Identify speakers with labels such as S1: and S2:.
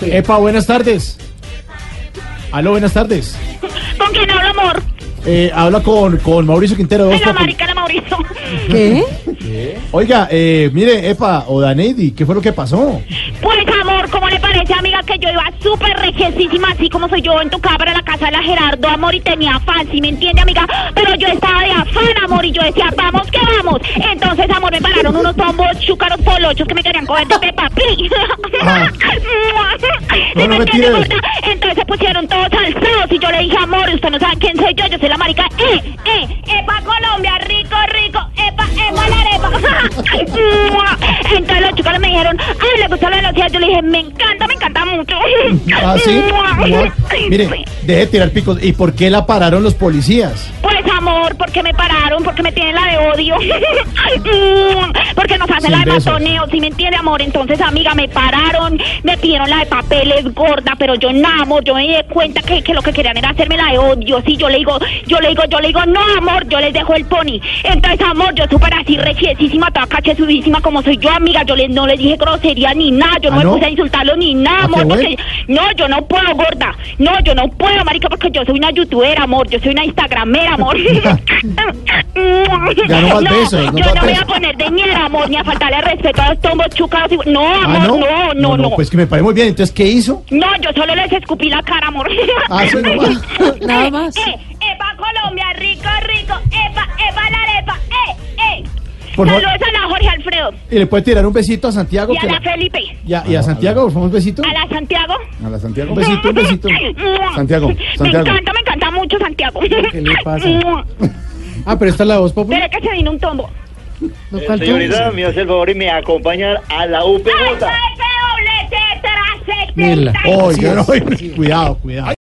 S1: Epa, buenas tardes. Aló, buenas tardes.
S2: ¿Con quién hablo, amor?
S1: Eh, habla con, con Mauricio Quintero. de Voz
S2: la
S1: Populi.
S2: maricana Mauricio.
S3: ¿Qué?
S1: Oiga, eh, mire, Epa, o Danedi, ¿qué fue lo que pasó?
S2: Pues, amor, ¿cómo le parece, amiga, que yo iba súper rejesísima, así como soy yo, en tu para la casa de la Gerardo, amor, y tenía afán, ¿sí me entiende, amiga? Pero yo estaba de afán, amor, y yo decía, vamos, que vamos. Entonces, amor, me pararon unos tombos, chúcaros, polochos que me querían coger de Peppa Pig.
S1: Ah.
S2: ¿Sí
S1: No, no
S2: me
S1: me
S2: entiende,
S1: tires.
S2: gorda? Entonces se pusieron todos alzados y yo le dije, amor, usted no sabe quién soy yo, yo soy la marica. ¡Eh, eh, epa Colombia, rico, rico, epa, epa la arepa! Mua. Entonces los chicos me dijeron, ay, le gusta la velocidad. Yo le dije, me encanta, me encanta mucho.
S1: Ah, sí.
S2: Mua.
S1: Amor, Mire,
S2: Sí.
S1: deje de tirar picos. ¿Y por qué la pararon los policías?
S2: Pues amor, porque me pararon, porque me tienen la de odio. Mm, porque nos hacen
S1: Sin
S2: la de
S1: besos.
S2: matoneo, si me entiende amor. Entonces, amiga, me pararon, me pidieron la de papeles gorda, pero yo nada, amor, yo me di cuenta que, que lo que querían era hacerme la de odio. Sí, yo le digo, yo le digo, yo le digo, no amor, yo les dejo el pony. Entonces, amor, yo súper así rechiesísima, toda cachezudísima como soy yo, amiga. Yo les, no les dije grosería ni nada, yo no,
S1: ¿Ah, no?
S2: me puse a insultarlo ni nada,
S1: ¿Ah,
S2: amor,
S1: qué bueno?
S2: porque no, yo no puedo, gorda. No, yo no puedo, marica, porque yo soy una youtuber, amor. Yo soy una instagramera, amor.
S1: Ya no más besos, no
S2: yo
S1: más
S2: no voy
S1: besos.
S2: a poner de ñera, amor, ni a faltarle respeto a los tombos chucados. y- No,
S1: Ah,
S2: amor, no, no, no. No,
S1: Pues que me parece muy bien. Entonces, ¿qué hizo?
S2: No, yo solo les escupí la cara, amor.
S1: Ah, sí, nomás.
S3: Nada más.
S2: Eh, epa, Colombia, rico, rico. Epa, epa, la arepa. Eh, eh.
S1: Por favor.
S2: Saludos a la Jorge Alfredo
S1: ¿Y le puede tirar un besito a Santiago?
S2: y a
S1: que
S2: la
S1: la-
S2: Felipe.
S1: y a, y a Santiago, por favor, un besito.
S2: A la Santiago.
S4: A la Santiago.
S1: Un besito, un besito.
S4: Santiago, Santiago.
S2: Me encanta, me encanta mucho Santiago.
S1: ¿Qué le pasa? Ah, pero esta es la voz, Populi.
S2: Pero que se vino un tombo.
S3: No
S5: Eh,
S3: faltó.
S5: Señorita, me hace el favor y me acompaña a la UPJ.
S2: ¡Ay, qué doble tetra,
S3: Mira,
S1: Oh,
S2: 70!
S1: yo no- Cuidado, cuidado.